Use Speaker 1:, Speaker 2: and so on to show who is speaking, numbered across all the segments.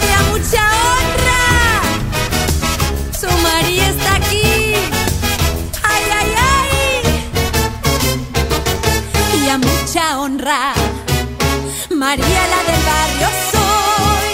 Speaker 1: ¡Que a mucha honra! ¡Su María está aquí! ¡Ay, ay, ay! Y a mucha honra, María la del barrio soy.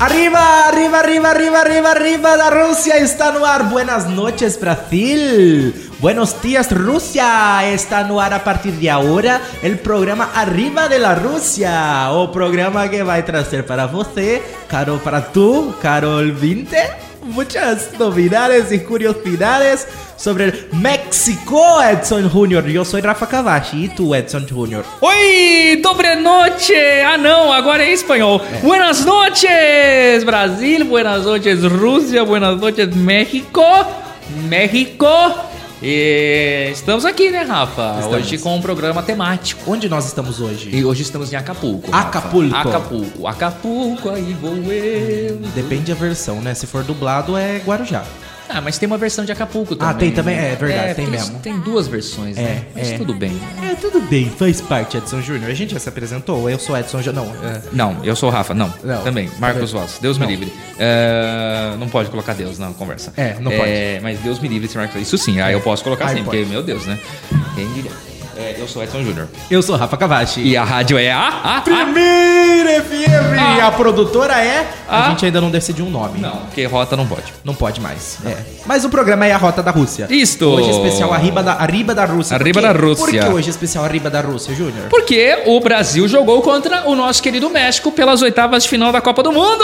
Speaker 2: Arriba, arriba, arriba, arriba, arriba, arriba, la Rusia está no ar. Buenas noches, Brasil. Buenos días, Rusia. Está no ar a partir de ahora el programa Arriba de la Rusia. O programa que vai trazer para você, caro para tu, caro ouvinte, muchas novidades y curiosidades sobre el México, Edson Jr. Yo soy Rafa Cavachi y tú, Edson Jr.
Speaker 3: Oi, dobre noite! Ah não, agora é espanhol. Buenas noches, Brasil. Buenas noches, Rússia. Buenas noches, México. México. E estamos aqui, né, Rafa?
Speaker 2: Estamos.
Speaker 3: Hoje com um programa temático.
Speaker 2: ¿Onde nós estamos hoje?
Speaker 3: E hoje estamos em Acapulco.
Speaker 2: Acapulco.
Speaker 3: Rafa. Acapulco. Acapulco, aí vou eu.
Speaker 2: Depende da versão, né? Se for dublado é Guarujá.
Speaker 3: Ah, mas tem uma versão de Acapulco
Speaker 2: Ah,
Speaker 3: também.
Speaker 2: tem também?
Speaker 3: né?
Speaker 2: É verdade, tem
Speaker 3: porque
Speaker 2: mesmo.
Speaker 3: Tem duas versões, né?
Speaker 2: É,
Speaker 3: Mas
Speaker 2: é.
Speaker 3: tudo bem.
Speaker 2: É, tudo bem, faz parte, Edson Júnior. A gente já se apresentou, eu sou Edson Júnior. Não, é,
Speaker 3: Não, eu sou o Rafa, não.
Speaker 2: Não.
Speaker 3: Também, Marcos
Speaker 2: Também.
Speaker 3: Voss, Deus me
Speaker 2: Não.
Speaker 3: livre. É, não pode colocar Deus na conversa. Eh,
Speaker 2: É, não pode.
Speaker 3: Mas Deus me livre, esse Marcos Isso sim, aí eu posso colocar
Speaker 2: Aí
Speaker 3: sim, porque,
Speaker 2: pode.
Speaker 3: meu Deus, né? Quem diria? É, eu sou Edson Júnior.
Speaker 2: eu sou Rafa Cavachi.
Speaker 3: E a rádio é a... a, a
Speaker 2: primeira FM!
Speaker 3: Ah.
Speaker 2: A produtora é... A
Speaker 3: Ah.
Speaker 2: gente ainda não decidiu um nome.
Speaker 3: não, porque rota não pode.
Speaker 2: Não pode mais. É. Mas o programa é a Rota da Rússia.
Speaker 3: Isto.
Speaker 2: Hoje é especial Arriba da, Arriba da Rússia.
Speaker 3: Arriba
Speaker 2: Por quê?
Speaker 3: da Rússia.
Speaker 2: Por que hoje é especial Arriba da Rússia, Júnior?
Speaker 3: Porque o Brasil jogou contra o nosso querido México pelas oitavas de final da Copa do Mundo!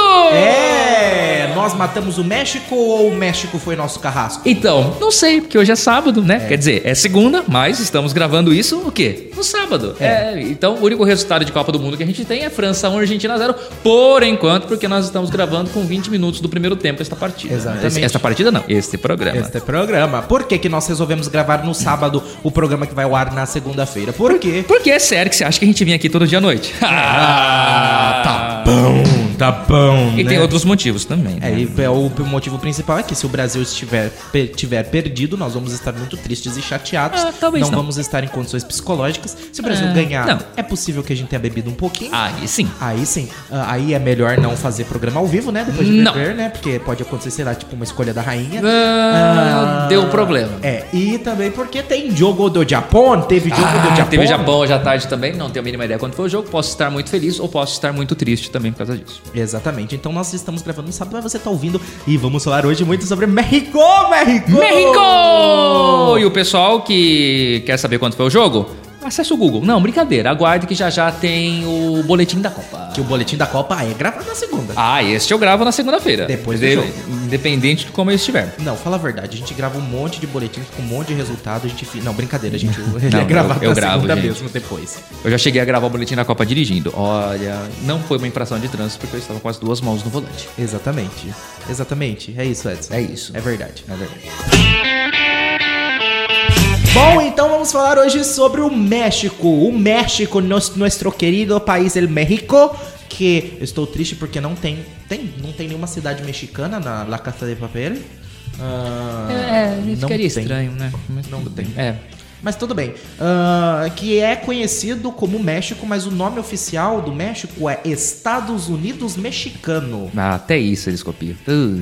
Speaker 2: É, nós matamos o México ou o México foi nosso carrasco?
Speaker 3: Então, não sei, porque hoje é sábado, né? Quer dizer, é segunda, mas estamos gravando isso o quê? No sábado.
Speaker 2: É.
Speaker 3: É. então, o único resultado de Copa do Mundo que a gente tem é França 1, Argentina 0, por enquanto, porque nós estamos gravando com 20 minutos do primeiro tempo esta partida.
Speaker 2: Exatamente.
Speaker 3: Esse- Esta partida não, este programa.
Speaker 2: Este programa. Por que, que nós resolvemos gravar no sábado o programa que vai ao ar na segunda-feira? Por quê?
Speaker 3: Porque é sério que você acha que a gente vinha aqui todo dia à noite. Ah, né? tá
Speaker 2: Bom, tá bom,
Speaker 3: E tem outros motivos também, né?
Speaker 2: É, e é o, o motivo principal é que se o Brasil estiver per- tiver perdido, nós vamos estar muito tristes e chateados.
Speaker 3: Ah, talvez não.
Speaker 2: vamos estar em condições psicológicas. Se o Brasil
Speaker 3: Ah,
Speaker 2: ganhar,
Speaker 3: não.
Speaker 2: é possível que a gente tenha bebido um pouquinho.
Speaker 3: Aí sim.
Speaker 2: Aí sim, ah, aí é melhor não fazer programa ao vivo, né? Depois de
Speaker 3: Não.
Speaker 2: beber, né? Porque pode acontecer, sei lá, tipo uma escolha da rainha.
Speaker 3: Ah,
Speaker 2: Ah,
Speaker 3: deu problema.
Speaker 2: É, e também porque tem jogo do Japão, teve jogo do
Speaker 3: Ah,
Speaker 2: Japão.
Speaker 3: teve Japão hoje à tarde também, não tenho a mínima ideia quando foi o jogo. Posso estar muito feliz ou posso estar muito triste também por causa disso.
Speaker 2: Exatamente, então nós estamos gravando no sábado, mas você tá ouvindo e vamos falar hoje muito sobre México, México!
Speaker 3: México! E o pessoal que quer saber quanto foi o jogo, acessa o Google. Não, brincadeira, aguarde que já já tem o boletim da Copa.
Speaker 2: Que o boletim da Copa é gravado na segunda.
Speaker 3: Ah, este eu gravo na segunda-feira.
Speaker 2: Depois do jogo.
Speaker 3: Independente de como eu estiver.
Speaker 2: Não, fala a verdade, a gente grava um monte de boletins com um monte de resultado, a gente... fi- Não, brincadeira, a gente... Ele
Speaker 3: Não,
Speaker 2: é
Speaker 3: eu-
Speaker 2: gravado
Speaker 3: eu
Speaker 2: na
Speaker 3: gravo,
Speaker 2: segunda
Speaker 3: gente.
Speaker 2: mesmo depois.
Speaker 3: Eu já cheguei a gravar o boletim da Copa dirigindo. Olha, não foi uma infração de trânsito porque eu estava com as duas mãos no volante.
Speaker 2: Exatamente, exatamente, é isso, Edson.
Speaker 3: É isso.
Speaker 2: É verdade.
Speaker 3: É verdade.
Speaker 2: Bom, então vamos falar hoje sobre o México. O México, nos- nosso querido país, el México. Que eu estou triste porque não tem, tem, não tem nenhuma cidade mexicana na La Casa de Papel. Ah,
Speaker 3: É,
Speaker 2: não
Speaker 3: ficaria
Speaker 2: tem.
Speaker 3: estranho, né? Mas não tem. É.
Speaker 2: Mas tudo bem. Ah, que é conhecido como México, mas o nome oficial do México é Estados Unidos Mexicano.
Speaker 3: Ah, até isso eles copiam.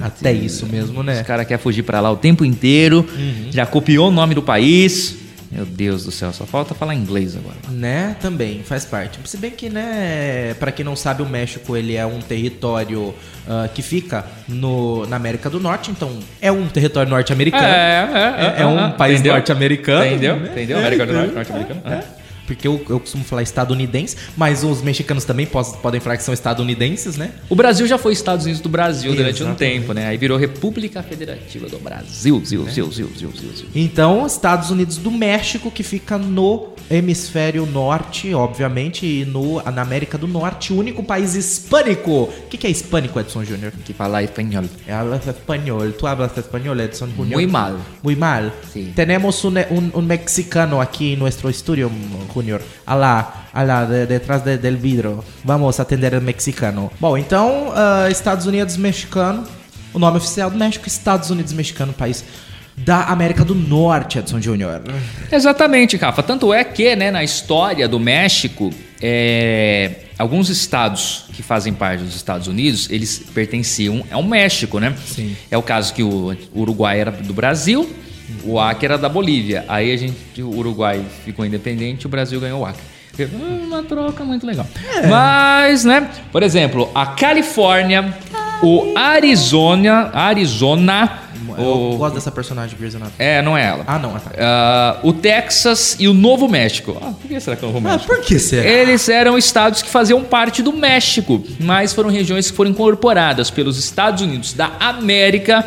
Speaker 2: Até isso mesmo, né? Uhum.
Speaker 3: Os caras querem fugir pra lá o tempo inteiro. Já copiou o nome do país. Meu Deus do céu, só falta falar inglês agora.
Speaker 2: Né? Também, faz parte. Se bem que, né, pra quem não sabe, o México ele é um território ah, que fica no, na América do Norte, então é um território norte-americano. É, é um país
Speaker 3: Entendeu?
Speaker 2: norte-americano.
Speaker 3: Entendeu?
Speaker 2: né?
Speaker 3: Entendeu?
Speaker 2: É,
Speaker 3: América do
Speaker 2: então,
Speaker 3: Norte, norte-americano.
Speaker 2: é, é. Porque eu, eu costumo falar estadunidense, mas os mexicanos também pos- podem falar que são estadunidenses, né?
Speaker 3: O Brasil já foi Estados Unidos do Brasil durante um
Speaker 2: Exatamente. É.
Speaker 3: tempo, né? Aí virou República Federativa do Brasil. Zil, zil, zil, zil, zil, zil.
Speaker 2: Então, Estados Unidos do México, que fica no hemisfério norte, obviamente, e no, na América do Norte, o único país hispânico. O que, que é hispânico, Edson Júnior?
Speaker 3: Que falar espanhol.
Speaker 2: Eh, Hablas español, tú hablas español, Edson Junior.
Speaker 3: Muy mal.
Speaker 2: Muy mal. eh,
Speaker 3: Sí.
Speaker 2: Tenemos un, un- un mexicano aquí en nuestro estudio, mm, Junior. A lá, a lá, de- detrás de- del vidro. Vamos atender o mexicano. Bom, então, ah, Estados Unidos mexicano. O nome oficial do México, Estados Unidos mexicano, país da América do Norte, Edson Júnior.
Speaker 3: Exatamente, Rafa. Tanto é que, né, na história do México, é, alguns estados que fazem parte dos Estados Unidos, eles pertenciam ao México, né?
Speaker 2: Sim.
Speaker 3: É o caso que o Uruguai era do Brasil, o Acre era da Bolívia. Aí a gente, o Uruguai ficou independente, o Brasil ganhou o Acre. Hum, Uma troca muito legal.
Speaker 2: É.
Speaker 3: Mas, né? Por exemplo, a Califórnia, o Arizona, Arizona,
Speaker 2: Eu
Speaker 3: o-
Speaker 2: gosto dessa personagem, Grey's Anatomy.
Speaker 3: é, não é ela.
Speaker 2: É Ah, não, ah, tá.
Speaker 3: Ah, o Texas e o Novo México. Ah, por que será que é o Novo
Speaker 2: Ah,
Speaker 3: México?
Speaker 2: por que será?
Speaker 3: Eles eram estados que faziam parte do México, mas foram regiões que foram incorporadas pelos Estados Unidos da América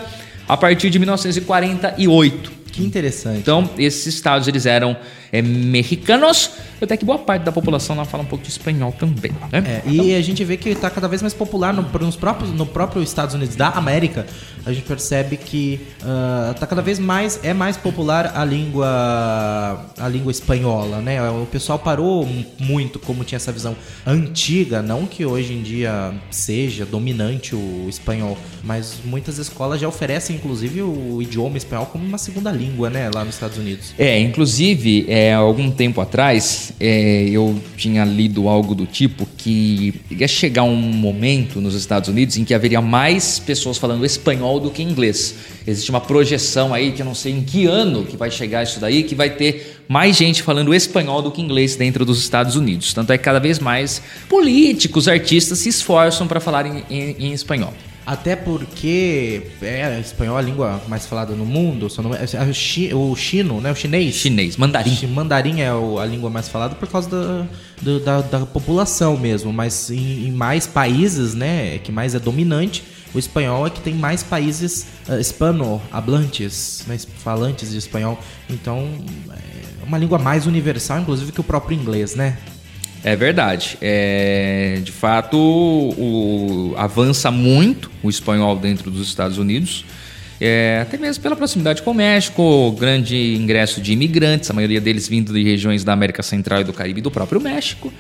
Speaker 3: a partir de 1948.
Speaker 2: Que interessante.
Speaker 3: Então, esses estados eles eram é, mexicanos, até que boa parte da população lá fala um pouco de espanhol também, né?
Speaker 2: É, e a gente vê que tá cada vez mais popular no, nos próprios, no próprio Estados Unidos da América. A gente percebe que ah, tá cada vez mais é mais popular a língua a língua espanhola, né? O pessoal parou mu- muito como tinha essa visão antiga, não que hoje em dia seja dominante o espanhol, mas muitas escolas já oferecem inclusive o idioma espanhol como uma segunda língua, né, lá nos Estados Unidos.
Speaker 3: É, inclusive, é, algum tempo atrás, é, eu tinha lido algo do tipo que ia chegar um momento nos Estados Unidos em que haveria mais pessoas falando espanhol do que inglês. Existe uma projeção aí, que eu não sei em que ano que vai chegar isso daí, que vai ter mais gente falando espanhol do que inglês dentro dos Estados Unidos. Tanto é que cada vez mais políticos, artistas se esforçam para falar em- em- em espanhol.
Speaker 2: Até porque é, espanhol é a língua mais falada no mundo. se eu não- é, é, o chi- o chino, né? O chinês.
Speaker 3: Chinês, mandarim.
Speaker 2: Chi- Mandarim é o- a língua mais falada por causa da, do- da, da população mesmo. Mas em, em mais países, né? Que mais é dominante. O espanhol é que tem mais países ah, hispano-hablantes, né, falantes de espanhol. Então, é uma língua mais universal, inclusive, que o próprio inglês, né?
Speaker 3: É verdade. É, de fato, o- avança muito o espanhol dentro dos Estados Unidos. É, até mesmo pela proximidade com o México, grande ingresso de imigrantes, a maioria deles vindo de regiões da América Central e do Caribe e do próprio México.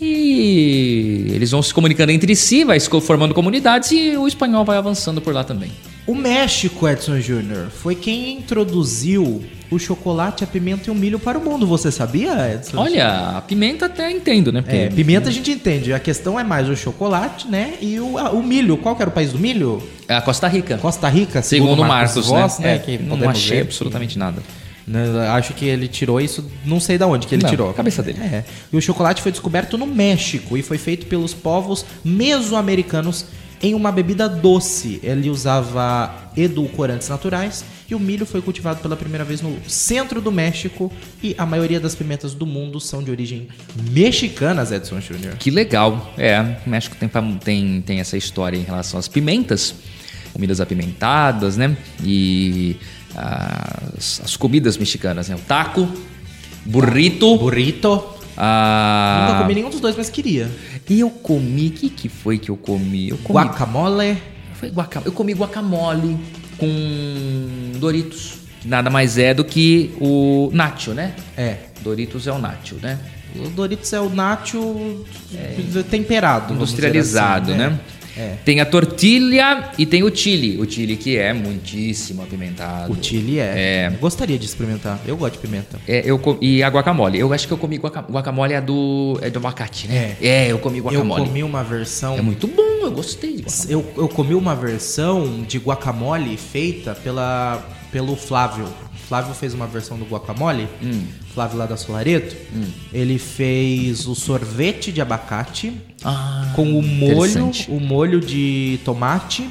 Speaker 3: E eles vão se comunicando entre si, vai se co- formando comunidades e o espanhol vai avançando por lá também.
Speaker 2: O México, Edson Júnior, foi quem introduziu o chocolate, a pimenta e o milho para o mundo. Você sabia, Edson?
Speaker 3: Olha, a pimenta até entendo, né? Porque
Speaker 2: É, pimenta a gente entende. A questão é mais o chocolate, né? E o, ah, o milho. Qual que era o país do milho?
Speaker 3: é a Costa Rica.
Speaker 2: Costa Rica,
Speaker 3: Segundo, Marcos,
Speaker 2: Voss,
Speaker 3: né? É,
Speaker 2: que
Speaker 3: não
Speaker 2: podemos
Speaker 3: achei
Speaker 2: ver.
Speaker 3: absolutamente nada.
Speaker 2: Né, Acho que ele tirou isso, não sei da onde que ele
Speaker 3: Não,
Speaker 2: tirou.
Speaker 3: cabeça dele.
Speaker 2: É. E o chocolate foi descoberto no México e foi feito pelos povos mesoamericanos em uma bebida doce. Ele usava edulcorantes naturais e o milho foi cultivado pela primeira vez no centro do México e a maioria das pimentas do mundo são de origem mexicanas, Edson Jr.
Speaker 3: Que legal. É, o México tem, fam- tem, tem essa história em relação às pimentas, comidas apimentadas, né? E as, as comidas mexicanas, né? O taco, burrito. Ah.
Speaker 2: Burrito. Nunca
Speaker 3: a...
Speaker 2: comi nenhum dos dois, mas queria.
Speaker 3: E eu comi, o que, que foi que eu comi? Eu comi,
Speaker 2: Guacamole.
Speaker 3: foi guaca- eu comi guacamole com Doritos. Nada mais é do que o nacho, né?
Speaker 2: É.
Speaker 3: Doritos é o nacho, né?
Speaker 2: O Doritos é o nacho é, temperado. vamos dizer
Speaker 3: industrializado,
Speaker 2: assim,
Speaker 3: né?
Speaker 2: É.
Speaker 3: Tem a tortilha e tem o chile. O chile que é muitíssimo apimentado.
Speaker 2: O chile é.
Speaker 3: É.
Speaker 2: Gostaria de experimentar. Eu gosto de pimenta.
Speaker 3: É, eu co- e a guacamole. Eu acho que eu comi guaca- guacamole é do é do abacate, né? É, eu comi guacamole.
Speaker 2: Eu comi um uma versão.
Speaker 3: É muito bom, eu gostei de guacamole.
Speaker 2: eu, eu comi uma versão de guacamole feita pela, pelo Flávio. Flávio fez uma versão do guacamole.
Speaker 3: Hum.
Speaker 2: Flávio lá da Solareto. Ele fez o sorvete de abacate
Speaker 3: Ah,
Speaker 2: com o molho,
Speaker 3: interessante.
Speaker 2: o molho de tomate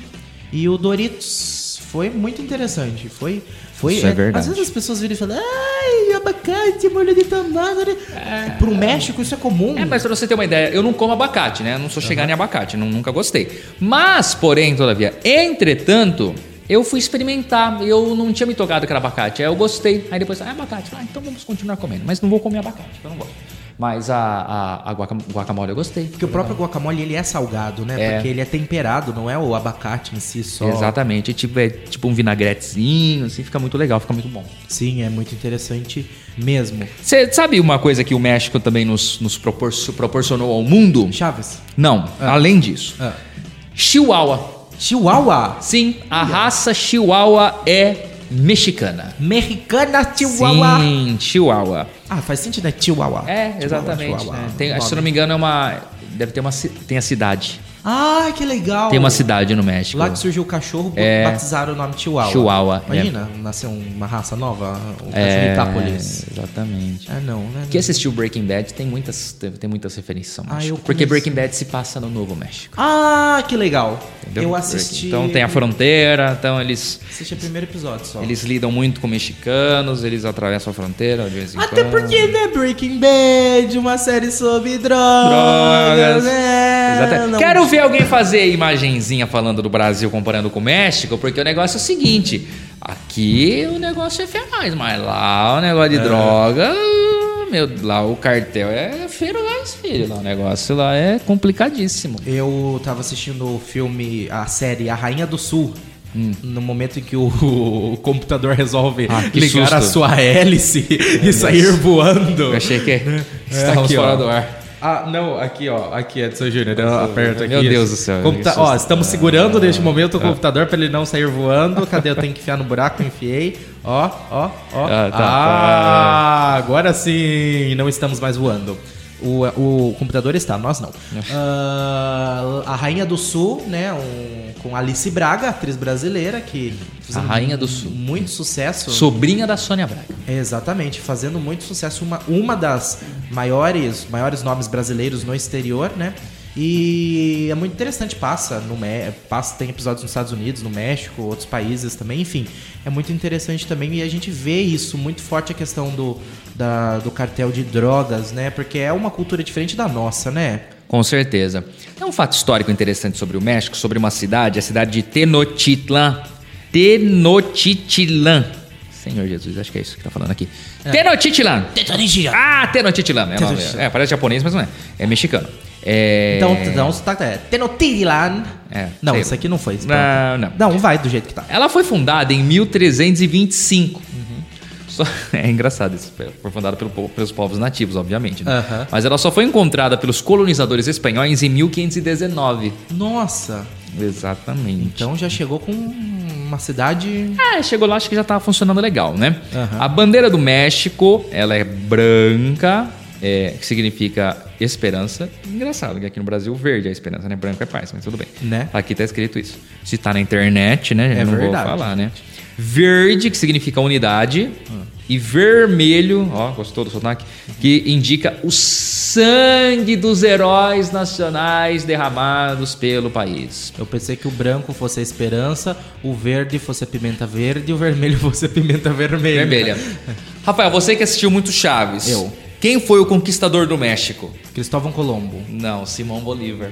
Speaker 2: e o Doritos. Foi muito interessante. Foi, foi.
Speaker 3: Isso é verdade.
Speaker 2: Às vezes as pessoas viram e falam, ai, abacate, molho de tomate. Pro México isso é comum.
Speaker 3: É, mas pra você ter uma ideia, eu não como abacate, né? Eu não sou chegado em abacate, não- nunca gostei. Mas, porém, todavia, entretanto, eu fui experimentar, eu não tinha me tocado que era abacate. Aí eu gostei, aí depois, ah, é abacate. Ah, então vamos continuar comendo, mas não vou comer abacate, porque eu não gosto. Mas a, a, a guaca- guacamole eu gostei.
Speaker 2: Porque o próprio guacamole ele é salgado, né?
Speaker 3: É.
Speaker 2: Porque ele é temperado, não é o abacate em si só.
Speaker 3: Exatamente. Tipo, é tipo um vinagretezinho, assim, fica muito legal, fica muito bom.
Speaker 2: Sim, é muito interessante mesmo.
Speaker 3: Você sabe uma coisa que o México também nos, nos propor- proporcionou ao mundo?
Speaker 2: Chaves.
Speaker 3: Não, além disso.
Speaker 2: Ah.
Speaker 3: Chihuahua.
Speaker 2: Chihuahua.
Speaker 3: Sim, a raça Chihuahua é mexicana.
Speaker 2: Mexicana Chihuahua.
Speaker 3: Sim, Chihuahua.
Speaker 2: Ah, faz sentido, né? Chihuahua.
Speaker 3: É,
Speaker 2: Chihuahua,
Speaker 3: exatamente.
Speaker 2: Chihuahua.
Speaker 3: né? Tem- se eu
Speaker 2: Nome.
Speaker 3: não me engano, é uma. Deve ter uma. ci- Tem a cidade.
Speaker 2: Ah, que legal.
Speaker 3: Tem uma cidade no México.
Speaker 2: Lá que surgiu o cachorro,
Speaker 3: Tipo, É.
Speaker 2: batizaram o nome Chihuahua.
Speaker 3: Chihuahua,
Speaker 2: Imagina, nasceu uma raça nova, o cachorro
Speaker 3: é,
Speaker 2: Itápolis.
Speaker 3: Exatamente.
Speaker 2: Ah, não, né?
Speaker 3: Quem assistiu Breaking Bad tem muitas, tem tem muitas referências. ao
Speaker 2: Ah,
Speaker 3: México,
Speaker 2: eu
Speaker 3: porque
Speaker 2: conheci.
Speaker 3: Breaking Bad se passa no Novo México.
Speaker 2: Ah, que legal.
Speaker 3: entendeu?
Speaker 2: Eu
Speaker 3: Breaking-
Speaker 2: assisti...
Speaker 3: Então tem a fronteira, então eles,
Speaker 2: Assisti o primeiro episódio só.
Speaker 3: eles lidam muito com mexicanos, eles atravessam a fronteira de vez em
Speaker 2: Até
Speaker 3: quando.
Speaker 2: porque, né, Breaking Bad, uma série sobre drogas,
Speaker 3: Drogas.
Speaker 2: né?
Speaker 3: Exatamente.
Speaker 2: Não-
Speaker 3: Quero ver alguém fazer imagenzinha falando do Brasil comparando com o México, porque o negócio é o seguinte: aqui o negócio é feroz, mas lá o negócio de
Speaker 2: É.
Speaker 3: droga, meu, lá o cartel é feroz, filho. Lá, o negócio lá é complicadíssimo.
Speaker 2: Eu tava assistindo o filme, a série A Rainha do Sul. No momento em que o, o computador resolve
Speaker 3: Hum. Ah, que
Speaker 2: ligar a
Speaker 3: susto.
Speaker 2: sua hélice e sair voando.
Speaker 3: Eu achei que estávamos
Speaker 2: É, aqui,
Speaker 3: fora
Speaker 2: ó.
Speaker 3: do ar.
Speaker 2: Ah, não, aqui ó, aqui é do seu Júnior, eu aperto aqui.
Speaker 3: Meu Deus do céu, é
Speaker 2: Computa-
Speaker 3: que
Speaker 2: ó,
Speaker 3: susto.
Speaker 2: estamos segurando
Speaker 3: Ah.
Speaker 2: neste momento o computador pra ele não sair voando. Cadê? Eu tenho que enfiar no buraco, enfiei. Ó, ó, ó.
Speaker 3: Ah, tá.
Speaker 2: Ah, agora sim, não estamos mais voando. O, o computador está, nós não. Ah, a Rainha do Sul, né, um- com Alice Braga, atriz brasileira, que... um
Speaker 3: A Rainha do Sul.
Speaker 2: Muito sucesso.
Speaker 3: Sobrinha da Sônia Braga.
Speaker 2: Exatamente, fazendo muito sucesso, uma, uma das maiores, maiores nomes brasileiros no exterior, né? E é muito interessante, passa no Mé- passa tem episódios nos Estados Unidos, no México, outros países também, enfim. É muito interessante também e a gente vê isso muito forte a questão do, da- do cartel de drogas, né? Porque é uma cultura diferente da nossa, né?
Speaker 3: Com certeza. É um fato histórico interessante sobre o México, sobre uma cidade, a cidade de Tenochtitlan. Tenochtitlan. Senhor Jesus, acho que é isso que tá falando aqui. Tenochtitlan. Ah, Tenochtitlan. É, o nome.
Speaker 2: É. Tenochtitlan.
Speaker 3: é, parece japonês, mas não é. É mexicano. É...
Speaker 2: Então, então tá, é, Tenochtitlan.
Speaker 3: É,
Speaker 2: não,
Speaker 3: sei.
Speaker 2: isso aqui não foi. isso
Speaker 3: Não, não.
Speaker 2: Não, vai do jeito que tá.
Speaker 3: Ela foi fundada em 1325. Uhum. Só- é engraçado isso. Foi fundada pelo po- pelos povos nativos, obviamente. né?
Speaker 2: Aham.
Speaker 3: Mas ela só foi encontrada pelos colonizadores espanhóis em 1519.
Speaker 2: Nossa,
Speaker 3: Exatamente.
Speaker 2: então já chegou com uma cidade
Speaker 3: É, chegou lá, acho que já tava funcionando legal, né?
Speaker 2: Aham.
Speaker 3: A bandeira do México, ela é branca, é, que significa esperança. Engraçado que aqui no Brasil, verde é esperança, né? Branco é paz, mas tudo bem.
Speaker 2: Né?
Speaker 3: Aqui tá escrito isso. Se tá na internet, né?
Speaker 2: É
Speaker 3: Eu não
Speaker 2: verdade,
Speaker 3: vou falar, né? Verde, que significa unidade.
Speaker 2: Ah.
Speaker 3: E vermelho, ó, gostou do sotaque? Que indica o sangue dos heróis nacionais derramados pelo país.
Speaker 2: Eu pensei que o branco fosse a esperança, o verde fosse a pimenta verde e o vermelho fosse a pimenta vermelha.
Speaker 3: Vermelha. Rafael, você que assistiu muito Chaves.
Speaker 2: Eu.
Speaker 3: Quem foi o conquistador do México?
Speaker 2: Cristóvão Colombo.
Speaker 3: Não, Simão Bolívar.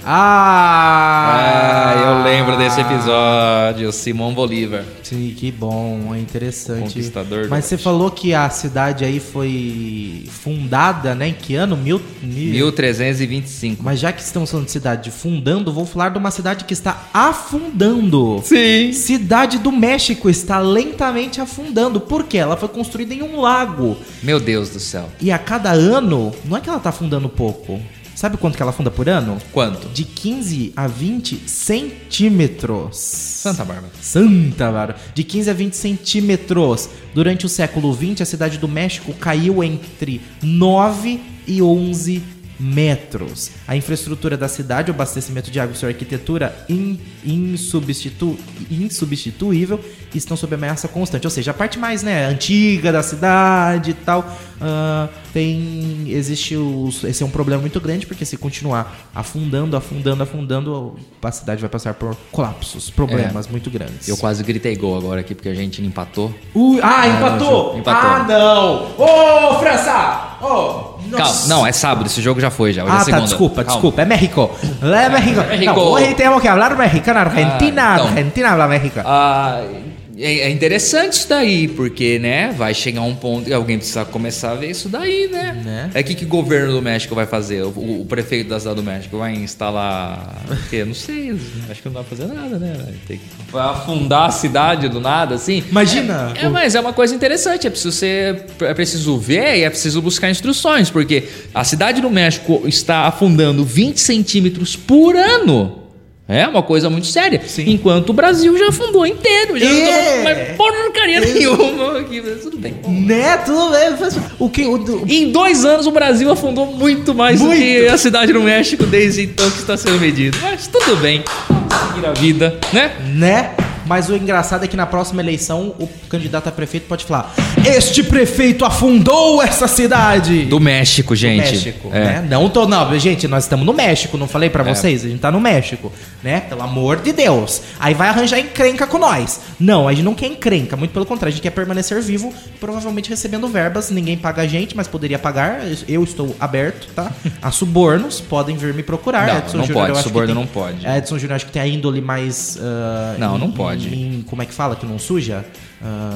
Speaker 2: Ah!
Speaker 3: Ah, eu lembro desse episódio, Simão Bolívar.
Speaker 2: Sim, que bom, é interessante.
Speaker 3: Conquistador do
Speaker 2: Mas você
Speaker 3: Oeste.
Speaker 2: falou que a cidade aí foi fundada, né? Em que ano? Mil, mil...
Speaker 3: 1325.
Speaker 2: Mas já que estamos falando de cidade fundando, vou falar de uma cidade que está afundando.
Speaker 3: Sim.
Speaker 2: Cidade do México está lentamente afundando. Por quê? Ela foi construída em um lago.
Speaker 3: Meu Deus do céu.
Speaker 2: E a cada ano, não é que ela tá afundando pouco. Sabe quanto que ela afunda por ano?
Speaker 3: Quanto?
Speaker 2: De 15 a 20 centímetros. Santa.
Speaker 3: Santa Bárbara.
Speaker 2: Santa Bárbara. De 15 a 20 centímetros. Durante o século XX, a cidade do México caiu entre 9 e 11 metros. A infraestrutura da cidade, o abastecimento de água e sua arquitetura in- insubstitu- insubstituível estão sob ameaça constante. Ou seja, a parte mais né, antiga da cidade e tal. ah, tem existe os, esse é um problema muito grande porque se continuar afundando afundando afundando a cidade vai passar por colapsos problemas muito grandes
Speaker 3: Eu quase gritei gol agora aqui porque a gente empatou.
Speaker 2: Ui, ah, empatou!
Speaker 3: Não, empatou.
Speaker 2: Ah, não! Ô, França! Ô,
Speaker 3: Calma, não, é sábado, esse jogo já foi já. Hoje é
Speaker 2: Ah, tá,
Speaker 3: segunda.
Speaker 2: desculpa,
Speaker 3: Calma.
Speaker 2: desculpa. É México. É México.
Speaker 3: México.
Speaker 2: Não, hoje temos que falar mexicano. Argentina,
Speaker 3: Ah, então.
Speaker 2: Argentina habla México.
Speaker 3: Ah, É é interessante isso daí, porque, né, vai chegar um ponto que alguém precisa começar a ver isso daí, né?
Speaker 2: Né?
Speaker 3: É o que, que o governo do México vai fazer? O, o- o prefeito da cidade do México vai instalar. o quê? Eu não sei, acho que não dá pra fazer nada, né? velho? Tem que... Vai afundar a cidade do nada, assim.
Speaker 2: Imagina.
Speaker 3: É, mas é uma coisa interessante, é preciso ser, é preciso ver e é preciso buscar instruções, porque a cidade do México está afundando 20 centímetros por ano. É uma coisa muito séria.
Speaker 2: Sim.
Speaker 3: Enquanto o Brasil já afundou inteiro, já
Speaker 2: É.
Speaker 3: não tomou mais porcaria nenhuma aqui, mas tudo bem.
Speaker 2: Né? Tudo bem. faz- O que. O, do-
Speaker 3: Em dois anos o Brasil afundou muito mais
Speaker 2: Muito.
Speaker 3: do que a cidade do México desde então que está sendo medido. Mas tudo bem, vamos seguir a vida, né?
Speaker 2: né? Mas o engraçado é que na próxima eleição o candidato a prefeito pode falar: Este prefeito afundou essa cidade!
Speaker 3: Do México, gente.
Speaker 2: México,
Speaker 3: É.
Speaker 2: né? Não tô, não, gente, nós estamos no México, não falei pra
Speaker 3: É.
Speaker 2: vocês, a gente tá no México, né? Pelo amor de Deus. Aí vai arranjar encrenca com nós. Não, a gente não quer encrenca, muito pelo contrário, a gente quer permanecer vivo, provavelmente recebendo verbas, ninguém paga a gente, mas poderia pagar. Eu estou aberto, tá? A subornos, podem vir me procurar.
Speaker 3: Não, não
Speaker 2: Júnior,
Speaker 3: pode,
Speaker 2: eu acho que
Speaker 3: suborno
Speaker 2: tem-
Speaker 3: não pode.
Speaker 2: É, Edson Júnior, acho que tem a índole mais. ah,
Speaker 3: Não, não
Speaker 2: em-
Speaker 3: pode.
Speaker 2: em- como é que fala? Que não suja?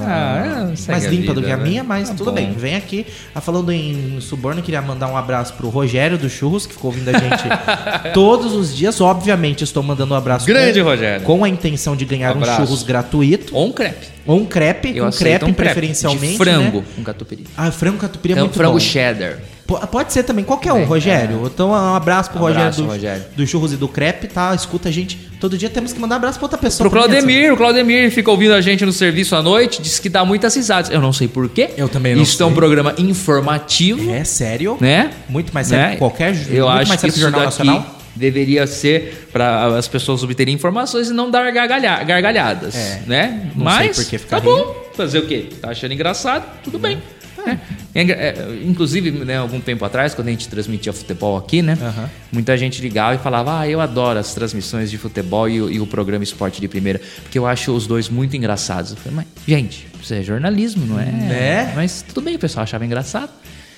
Speaker 3: Ah, é, segue
Speaker 2: mais
Speaker 3: a
Speaker 2: limpa do
Speaker 3: vida,
Speaker 2: que a
Speaker 3: né?
Speaker 2: minha, mas
Speaker 3: Tá
Speaker 2: tudo bem.
Speaker 3: bom.
Speaker 2: Vem aqui. Ah, falando em suborno, queria mandar um abraço pro Rogério do Churros, que ficou ouvindo a gente todos os dias. Obviamente, estou mandando um abraço
Speaker 3: Grande
Speaker 2: com,
Speaker 3: Rogério.
Speaker 2: com a intenção de ganhar um
Speaker 3: Abraço.
Speaker 2: churros gratuito.
Speaker 3: Ou um crepe.
Speaker 2: Ou um crepe,
Speaker 3: Eu
Speaker 2: um
Speaker 3: aceito
Speaker 2: crepe,
Speaker 3: um crepe
Speaker 2: preferencialmente.
Speaker 3: De frango,
Speaker 2: Né?
Speaker 3: um catupiry.
Speaker 2: Ah, frango catupiry é
Speaker 3: Então,
Speaker 2: muito
Speaker 3: frango
Speaker 2: bom.
Speaker 3: cheddar.
Speaker 2: Po- Pode ser também, qualquer um,
Speaker 3: Bem, é.
Speaker 2: Rogério. Então, um abraço pro
Speaker 3: Abraço,
Speaker 2: Rogério,
Speaker 3: Rogério.
Speaker 2: do, do Churros e do Crepe, tá? Escuta a gente. Todo dia temos que mandar um abraço pra outra pessoa.
Speaker 3: Pro
Speaker 2: também,
Speaker 3: Claudemir, o Claudemir fica ouvindo a gente no serviço à noite, diz que dá muitas risadas. Eu não sei porquê.
Speaker 2: Eu também não
Speaker 3: Isso é um
Speaker 2: sei.
Speaker 3: programa
Speaker 2: Edson.
Speaker 3: informativo,
Speaker 2: É sério?
Speaker 3: né?
Speaker 2: Muito mais sério
Speaker 3: Né?
Speaker 2: que qualquer ju-
Speaker 3: Eu
Speaker 2: muito
Speaker 3: acho
Speaker 2: mais
Speaker 3: que
Speaker 2: sério que
Speaker 3: isso
Speaker 2: Jornal
Speaker 3: daqui
Speaker 2: Nacional.
Speaker 3: deveria ser para as pessoas obterem informações e não dar gargalha- gargalhadas,
Speaker 2: É.
Speaker 3: né?
Speaker 2: Não sei
Speaker 3: Mas
Speaker 2: por que ficar
Speaker 3: tá bom, fazer o quê? Tá achando engraçado? Tudo bem. né? É engra- é, inclusive, né, algum tempo atrás, quando a gente transmitia futebol aqui, né?
Speaker 2: Aham.
Speaker 3: Muita gente ligava e falava: Ah, eu adoro as transmissões de futebol e, o- e o programa Esporte de Primeira, porque eu acho os dois muito engraçados. Eu falei, mas, gente, isso é jornalismo, não é?
Speaker 2: Né?
Speaker 3: Mas tudo bem, o pessoal achava engraçado.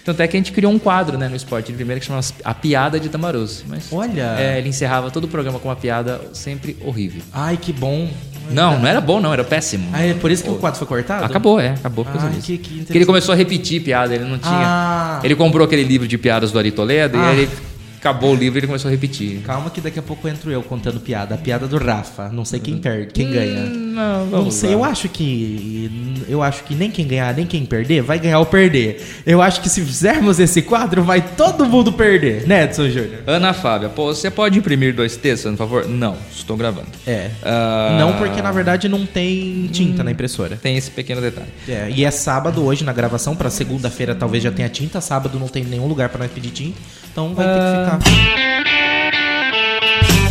Speaker 3: Tanto é que a gente criou um quadro né, no Esporte de Primeira que chamava A Piada de Tamaroso. Mas,
Speaker 2: Olha.
Speaker 3: É, ele encerrava todo o programa com uma piada sempre horrível.
Speaker 2: Ai, que bom.
Speaker 3: Não, não era bom, não, era péssimo.
Speaker 2: Ah, é por isso que o quadro foi cortado?
Speaker 3: Acabou, é, acabou por causa
Speaker 2: Ai,
Speaker 3: disso.
Speaker 2: que- que
Speaker 3: Porque ele começou a repetir piada, ele não tinha.
Speaker 2: Ah.
Speaker 3: Ele comprou aquele livro de piadas do Ari Toledo
Speaker 2: Ah.
Speaker 3: e aí ele acabou o livro e ele começou a repetir.
Speaker 2: Calma que daqui a pouco entro eu contando piada. A piada do Rafa. Não sei quem perde,
Speaker 3: Hum,
Speaker 2: quem ganha.
Speaker 3: Não,
Speaker 2: Não sei, eu acho que. Eu acho que nem quem ganhar, nem quem perder, vai ganhar ou perder. Eu acho que se fizermos esse quadro, vai todo mundo perder, né, Edson Júnior?
Speaker 3: Ana Fábia, pô, você pode imprimir dois textos, por favor? Não, estou gravando.
Speaker 2: É.
Speaker 3: Ah,
Speaker 2: Não, porque na verdade não tem tinta na impressora.
Speaker 3: Tem esse pequeno detalhe.
Speaker 2: É, e é sábado hoje na gravação, pra segunda-feira talvez já tenha tinta, sábado não tem nenhum lugar pra nós pedir tinta, então vai ter que ficar.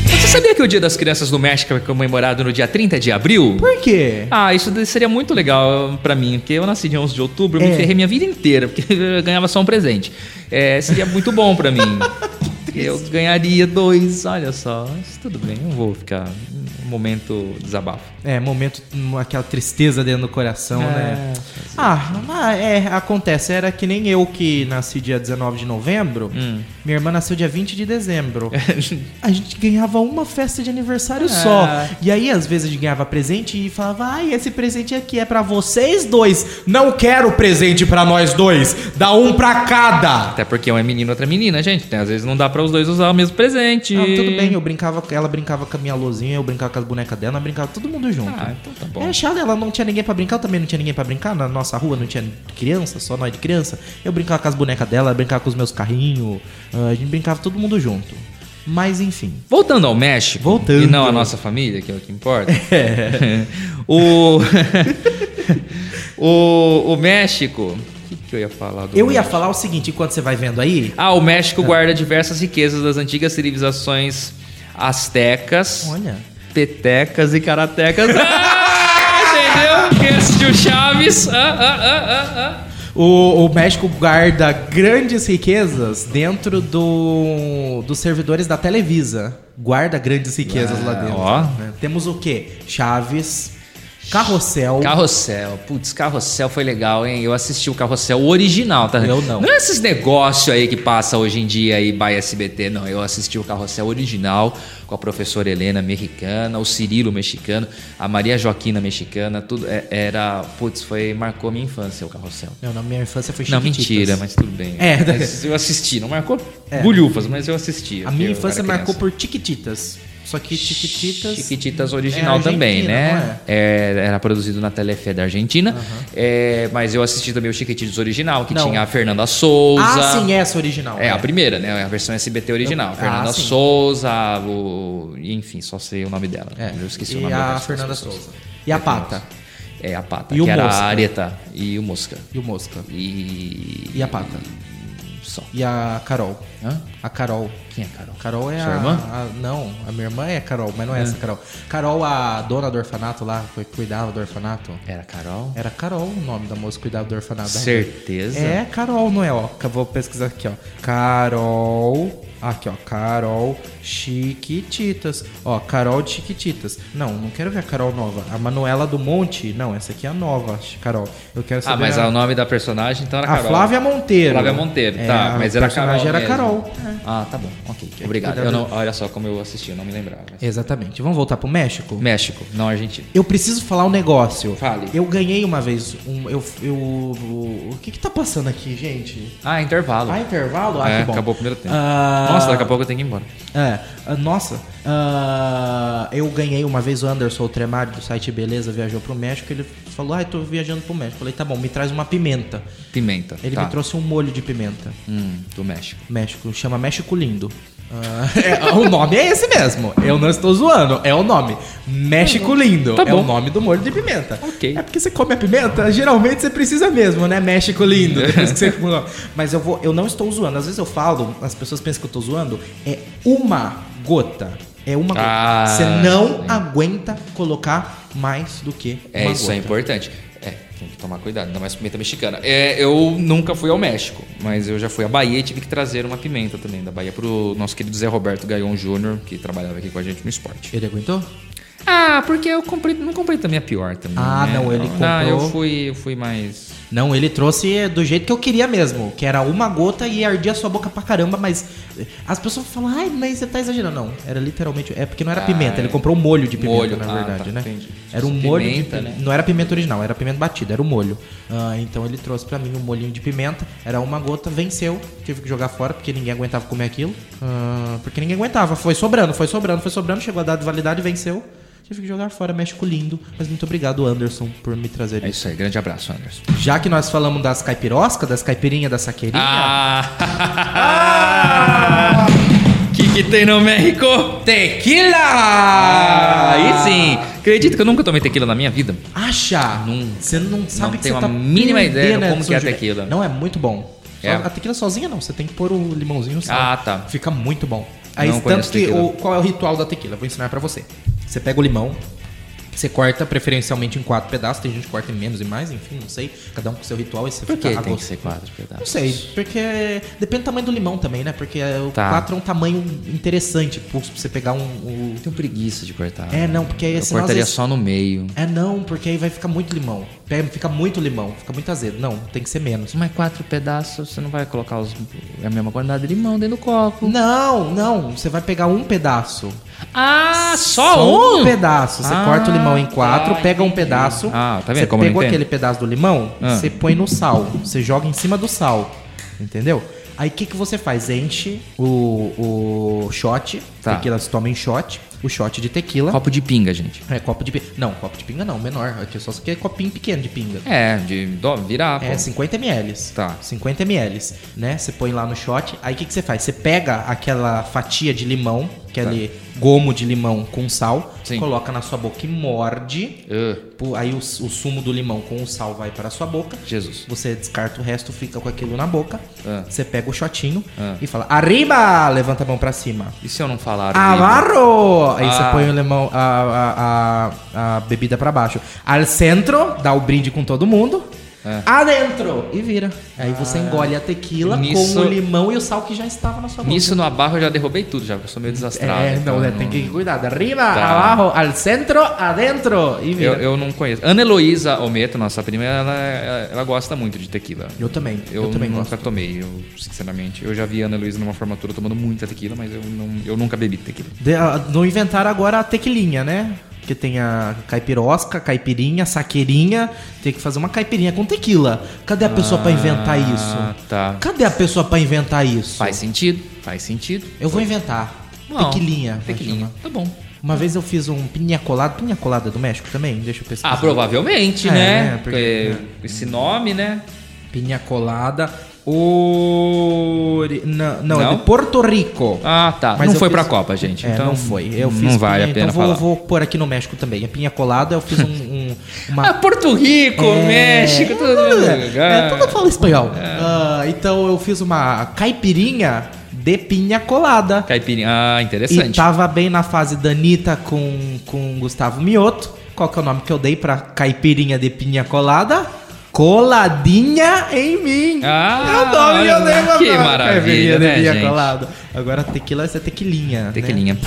Speaker 3: Você sabia que o Dia das Crianças no México é comemorado no dia 30 de abril?
Speaker 2: Por quê?
Speaker 3: Ah, isso de- seria muito legal pra mim, porque eu nasci dia 11 de outubro, eu
Speaker 2: É.
Speaker 3: me ferrei minha vida inteira, porque eu ganhava só um presente. É, seria muito bom pra mim. eu ganharia dois, olha só. Mas tudo bem, não vou ficar. Um momento desabafo.
Speaker 2: É, momento, hum, aquela tristeza dentro do coração, né? Ah, mas é, acontece. Era que nem eu que nasci dia 19 de novembro, minha irmã nasceu dia 20 de dezembro. a gente ganhava uma festa de aniversário só. E aí, às vezes, a gente ganhava presente e falava: ai, esse presente aqui é pra vocês dois. Não quero presente pra nós dois. Dá um pra cada.
Speaker 3: Até porque um é menino e outra é menina, gente. Né? Às vezes não dá pra os dois usar o mesmo presente.
Speaker 2: Ah, tudo bem, eu brincava, ela brincava com a minha luzinha, eu brincava com as bonecas dela, nós brincava todo mundo junto.
Speaker 3: Ah, então tá bom.
Speaker 2: É chato, ela não tinha ninguém pra brincar, eu também não tinha ninguém pra brincar. Na nossa rua não tinha criança, só nós de criança. Eu brincava com as bonecas dela, brincava com os meus carrinhos, ah, a gente brincava todo mundo junto. Mas enfim.
Speaker 3: Voltando ao México,
Speaker 2: Voltando. É.
Speaker 3: e não à nossa família, que é o que importa. o, o, o México. O que, que eu ia falar do
Speaker 2: Eu ia
Speaker 3: México?
Speaker 2: falar o seguinte, enquanto você vai vendo aí.
Speaker 3: Ah, o México guarda diversas riquezas das antigas civilizações astecas,
Speaker 2: Olha.
Speaker 3: petecas e caratecas. Ah, entendeu? Que assistiu Chaves. Ah, ah, ah, ah, ah.
Speaker 2: O, o México guarda grandes riquezas dentro do, dos servidores da Televisa. Guarda grandes riquezas lá dentro.
Speaker 3: É, ó.
Speaker 2: né? Temos o quê? Chaves. Carrossel.
Speaker 3: Carrossel. Putz, Carrossel foi legal, hein? Eu assisti o Carrossel o original, tá?
Speaker 2: Eu não.
Speaker 3: Não é esses negócios aí que passa hoje em dia aí by SBT, não. Eu assisti o Carrossel original com a professora Helena mexicana, o Cirilo mexicano, a Maria Joaquina mexicana, tudo é- era, putz, foi marcou minha infância o Carrossel.
Speaker 2: Não, na minha infância foi
Speaker 3: Não,
Speaker 2: Chiquititas.
Speaker 3: mentira, mas tudo bem.
Speaker 2: É.
Speaker 3: Mas eu assisti, não marcou bulhufas, mas eu
Speaker 2: A
Speaker 3: assisti.
Speaker 2: minha
Speaker 3: porque eu
Speaker 2: infância
Speaker 3: era
Speaker 2: marcou
Speaker 3: é criança.
Speaker 2: por Chiquititas. Só que Chiquititas.
Speaker 3: Chiquititas
Speaker 2: é
Speaker 3: original
Speaker 2: argentina,
Speaker 3: também, né?
Speaker 2: não
Speaker 3: É, era produzido na Telefé da Argentina. É, mas eu assisti também o Chiquititas original, que
Speaker 2: Não.
Speaker 3: tinha a Fernanda Souza.
Speaker 2: Ah, sim, essa original.
Speaker 3: É, a primeira, né? A versão SBT original.
Speaker 2: Eu-
Speaker 3: Fernanda
Speaker 2: Ah, sim.
Speaker 3: Souza, o... enfim, só sei o nome dela.
Speaker 2: É.
Speaker 3: Eu esqueci
Speaker 2: e
Speaker 3: o nome
Speaker 2: a
Speaker 3: dessas
Speaker 2: Fernanda
Speaker 3: pessoas.
Speaker 2: Souza. E a Pata.
Speaker 3: É, a Pata,
Speaker 2: E
Speaker 3: que
Speaker 2: o
Speaker 3: era
Speaker 2: Mosca.
Speaker 3: a Areta e o Mosca.
Speaker 2: E o Mosca.
Speaker 3: E...
Speaker 2: E a Pata.
Speaker 3: Só.
Speaker 2: E a Carol.
Speaker 3: Hã?
Speaker 2: A Carol.
Speaker 3: Quem é a Carol?
Speaker 2: Carol é
Speaker 3: Sua
Speaker 2: a,
Speaker 3: irmã?
Speaker 2: a- Não, a minha irmã é a Carol, mas não é, essa Carol. Carol, a dona do orfanato lá, que cuidava do orfanato.
Speaker 3: Era a Carol?
Speaker 2: Era Carol o nome da moça que cuidava do orfanato. né?
Speaker 3: Certeza?
Speaker 2: É Carol, não é? Ó, Que eu vou pesquisar aqui, ó. Carol. Aqui, ó. Carol Chiquititas. Ó, Carol de Chiquititas. Não, não quero ver a Carol nova. A Manuela do Monte. Não, essa aqui é a nova, Carol. Eu quero saber.
Speaker 3: Ah, mas
Speaker 2: a...
Speaker 3: o nome da personagem então era
Speaker 2: a
Speaker 3: Carol.
Speaker 2: Flávia Monteiro.
Speaker 3: Flávia Monteiro,
Speaker 2: É,
Speaker 3: tá.
Speaker 2: a
Speaker 3: mas era Carol.
Speaker 2: personagem era
Speaker 3: mesmo.
Speaker 2: Carol. É
Speaker 3: Ah, tá bom. Ok. Obrigado.
Speaker 2: cuidado É.
Speaker 3: Eu não, olha só como eu assisti, eu não me lembrava.
Speaker 2: Exatamente. Vamos voltar pro México?
Speaker 3: México, não Argentina.
Speaker 2: Eu preciso falar um negócio.
Speaker 3: Fale.
Speaker 2: Eu ganhei uma vez um. Eu, eu, o que que tá passando aqui, gente?
Speaker 3: Ah, intervalo.
Speaker 2: Ah, intervalo? Ah,
Speaker 3: É,
Speaker 2: que bom.
Speaker 3: acabou o primeiro tempo.
Speaker 2: Ah,
Speaker 3: Nossa, daqui a pouco eu tenho que ir embora.
Speaker 2: É, ah, nossa. Ah, eu ganhei uma vez o Anderson Tremari do site Beleza, viajou pro México. Ele falou: Ah, eu tô viajando pro México. Eu falei: Tá bom, me traz uma pimenta.
Speaker 3: Pimenta.
Speaker 2: Ele
Speaker 3: tá.
Speaker 2: me trouxe um molho de pimenta.
Speaker 3: Hum, do México.
Speaker 2: México, chama México Lindo. Ah, é, o nome é esse mesmo. Eu não estou zoando. É o nome. México Lindo.
Speaker 3: Tá
Speaker 2: É o
Speaker 3: bom.
Speaker 2: nome do molho de pimenta.
Speaker 3: Ok.
Speaker 2: É porque você come a pimenta, geralmente você precisa mesmo, né? México Lindo. Depois que você... Mas eu, vou, eu não estou zoando. Às vezes eu falo, as pessoas pensam que eu estou zoando. É uma gota. É uma gota.
Speaker 3: Ah,
Speaker 2: você não
Speaker 3: sim.
Speaker 2: aguenta colocar mais do que
Speaker 3: É,
Speaker 2: uma
Speaker 3: isso
Speaker 2: gota.
Speaker 3: é importante. É, tem que tomar cuidado, ainda mais pimenta mexicana. É, eu nunca fui ao México, mas eu já fui à Bahia e tive que trazer uma pimenta também da Bahia pro nosso querido Zé Roberto Gaion Júnior, que trabalhava aqui com a gente no esporte.
Speaker 2: Ele aguentou?
Speaker 3: Ah, porque eu comprei, não comprei também a pior também.
Speaker 2: Ah,
Speaker 3: né?
Speaker 2: não, ele
Speaker 3: Ah, eu
Speaker 2: comprou-
Speaker 3: fui, eu fui mais.
Speaker 2: Não, ele trouxe eh, do jeito que eu queria mesmo, que era uma gota e ardia sua boca pra caramba, mas eh, as pessoas falam, ai, mas você tá exagerando. Não, era literalmente, é porque não era
Speaker 3: Ah,
Speaker 2: pimenta, ele
Speaker 3: é.
Speaker 2: comprou um molho de pimenta,
Speaker 3: Molho,
Speaker 2: na
Speaker 3: ah,
Speaker 2: verdade,
Speaker 3: tá,
Speaker 2: né?
Speaker 3: entendi.
Speaker 2: Era um
Speaker 3: Pimenta,
Speaker 2: molho de pimenta,
Speaker 3: né?
Speaker 2: não era pimenta original, era pimenta batida, era o molho. Ah, então ele trouxe pra mim um molhinho de pimenta, era uma gota, venceu, tive que jogar fora porque ninguém aguentava comer aquilo, Ah, porque ninguém aguentava, foi sobrando, foi sobrando, foi sobrando, chegou a data de validade, venceu. Tive que jogar fora, México lindo. Mas muito obrigado, Anderson, por me trazer
Speaker 3: É
Speaker 2: isso.
Speaker 3: isso aí, grande abraço, Anderson.
Speaker 2: Já que nós falamos das caipiroscas, das caipirinhas, da saqueirinha,
Speaker 3: Ah! O que, que tem no México? Tequila! aí sim! Acredito que eu nunca tomei tequila na minha vida.
Speaker 2: acha!
Speaker 3: Nunca.
Speaker 2: Você não sabe
Speaker 3: Não
Speaker 2: que
Speaker 3: tenho
Speaker 2: você tá
Speaker 3: a mínima ideia
Speaker 2: perdendo
Speaker 3: de como
Speaker 2: essa
Speaker 3: que é a
Speaker 2: sujeira.
Speaker 3: tequila.
Speaker 2: Não, é muito bom. Só-
Speaker 3: É?
Speaker 2: A tequila sozinha não, você tem que pôr o limãozinho no sal.
Speaker 3: Ah, tá.
Speaker 2: Fica muito bom. Aí,
Speaker 3: Não
Speaker 2: tanto
Speaker 3: conheço
Speaker 2: que,
Speaker 3: tequila.
Speaker 2: o- qual é o ritual da tequila? Vou ensinar pra você. Você pega o limão, você corta preferencialmente em quatro pedaços, tem gente que corta em menos e mais, enfim, não sei. Cada um com seu ritual e você
Speaker 3: Por que
Speaker 2: a
Speaker 3: tem que
Speaker 2: gosto.
Speaker 3: ser quatro
Speaker 2: Não
Speaker 3: pedaços?
Speaker 2: sei, porque depende do tamanho do limão também, né? Porque é, o
Speaker 3: Tá.
Speaker 2: 4 é um tamanho interessante pra você pegar um, o-
Speaker 3: Eu tenho preguiça de cortar.
Speaker 2: É, não, porque aí
Speaker 3: Eu
Speaker 2: senão, às
Speaker 3: cortaria
Speaker 2: vezes-
Speaker 3: só no meio.
Speaker 2: É não, porque aí vai ficar muito limão. Pega- Fica muito limão, fica muito azedo. Não, tem que ser menos.
Speaker 3: Mas é quatro pedaços, você não vai colocar os- é a mesma quantidade de limão dentro do copo.
Speaker 2: Não, não, você vai pegar um pedaço.
Speaker 3: Ah,
Speaker 2: um pedaço. Você
Speaker 3: Ah,
Speaker 2: corta o limão em quatro,
Speaker 3: tá,
Speaker 2: pega um
Speaker 3: entendi.
Speaker 2: pedaço.
Speaker 3: Ah, tá vendo
Speaker 2: Você
Speaker 3: como eu
Speaker 2: pegou
Speaker 3: entendo?
Speaker 2: aquele pedaço do limão,
Speaker 3: Ah.
Speaker 2: você põe no sal. Você joga em cima do sal. Entendeu? Aí o que, que você faz? Enche o, o shot,
Speaker 3: Tá.
Speaker 2: tequila se toma em shot, o shot de tequila.
Speaker 3: Copo de pinga, gente.
Speaker 2: É copo de pinga. Não, copo de pinga não, menor. Aqui só isso aqui é copinho pequeno de pinga.
Speaker 3: É, de dó- virar.
Speaker 2: É,
Speaker 3: pô.
Speaker 2: 50 ml.
Speaker 3: Tá.
Speaker 2: 50 ml, né? Você põe lá no shot. Aí o que, que você faz? Você pega aquela fatia de limão, aquele gomo de limão com sal,
Speaker 3: Tá. Sim.
Speaker 2: coloca na sua boca e morde.
Speaker 3: Ah,
Speaker 2: Pô, Aí o, o sumo do limão com o sal vai para a sua boca.
Speaker 3: Jesus.
Speaker 2: Você descarta o resto, fica com aquilo na boca.
Speaker 3: Ah.
Speaker 2: Você pega o shotinho
Speaker 3: Ah.
Speaker 2: e fala: Arriba! Levanta a mão pra cima.
Speaker 3: E se eu não falar?
Speaker 2: Ah,
Speaker 3: Vivi?
Speaker 2: Amarro! Aí você
Speaker 3: Ah.
Speaker 2: põe o limão, a, a, a, a bebida pra baixo. Al centro, dá o brinde com todo mundo.
Speaker 3: É. Ah.
Speaker 2: adentro e vira. Aí você engole a tequila
Speaker 3: Nisso-
Speaker 2: com o limão e o sal que já estava na sua boca.
Speaker 3: Nisso no abarro eu já derrubei tudo, já, porque eu sou meio desastrado.
Speaker 2: É,
Speaker 3: então
Speaker 2: não, né, tem que cuidar. De arriba,
Speaker 3: Tá.
Speaker 2: abaixo, al centro, adentro e vira.
Speaker 3: Eu, eu não conheço. Ana Heloísa Ometo, nossa prima, ela, ela, ela gosta muito de tequila.
Speaker 2: Eu também, eu
Speaker 3: Eu,
Speaker 2: também
Speaker 3: nunca
Speaker 2: gosto.
Speaker 3: tomei, eu, sinceramente. Eu já vi a Ana Heloísa numa formatura tomando muita tequila, mas eu, não, eu nunca bebi tequila.
Speaker 2: De- ah, não inventaram agora a tequilinha, né? Que tem a caipirosca, caipirinha, saqueirinha. Tem que fazer uma caipirinha com tequila. Cadê a pessoa pra inventar
Speaker 3: Ah,
Speaker 2: isso?
Speaker 3: tá.
Speaker 2: Cadê a pessoa pra inventar isso?
Speaker 3: Faz sentido, faz sentido.
Speaker 2: Eu vou inventar.
Speaker 3: Não,
Speaker 2: tequilinha. vai
Speaker 3: Tequilinha.
Speaker 2: chamar.
Speaker 3: Tá bom.
Speaker 2: Uma vez eu fiz um pinha colada. Pinha colada é do México também? Deixa eu pesquisar.
Speaker 3: Ah, provavelmente,
Speaker 2: É,
Speaker 3: né?
Speaker 2: né,
Speaker 3: Porque
Speaker 2: porque-
Speaker 3: esse nome, né?
Speaker 2: Pinha colada. Ori... Não, não, é
Speaker 3: Não?
Speaker 2: de Porto Rico.
Speaker 3: Ah, tá.
Speaker 2: Mas
Speaker 3: não
Speaker 2: eu
Speaker 3: foi pra
Speaker 2: fiz-
Speaker 3: Copa, gente.
Speaker 2: É,
Speaker 3: então
Speaker 2: não foi. Eu fiz
Speaker 3: Não vale
Speaker 2: pinha-
Speaker 3: a pena
Speaker 2: então vou,
Speaker 3: falar.
Speaker 2: vou pôr aqui no México também. É pinha colada, eu fiz um, um- uma
Speaker 3: Ah, Porto Rico,
Speaker 2: É.
Speaker 3: México, todo
Speaker 2: É, é, todo mundo
Speaker 3: lugar.
Speaker 2: fala espanhol.
Speaker 3: É.
Speaker 2: Ah, então eu fiz uma caipirinha de pinha colada.
Speaker 3: Caipirinha. Ah,
Speaker 2: E
Speaker 3: interessante.
Speaker 2: tava bem na fase da Anitta com, com Gustavo Mioto. Qual que é o nome que eu dei pra caipirinha de pinha colada? Coladinha em mim.
Speaker 3: Ah,
Speaker 2: é o nome que eu dei pra
Speaker 3: que
Speaker 2: pra
Speaker 3: maravilha,
Speaker 2: caipirinha de
Speaker 3: né,
Speaker 2: pinha
Speaker 3: gente?
Speaker 2: colada. Agora tequila vai ser tequilinha. né?
Speaker 3: Tequilinha.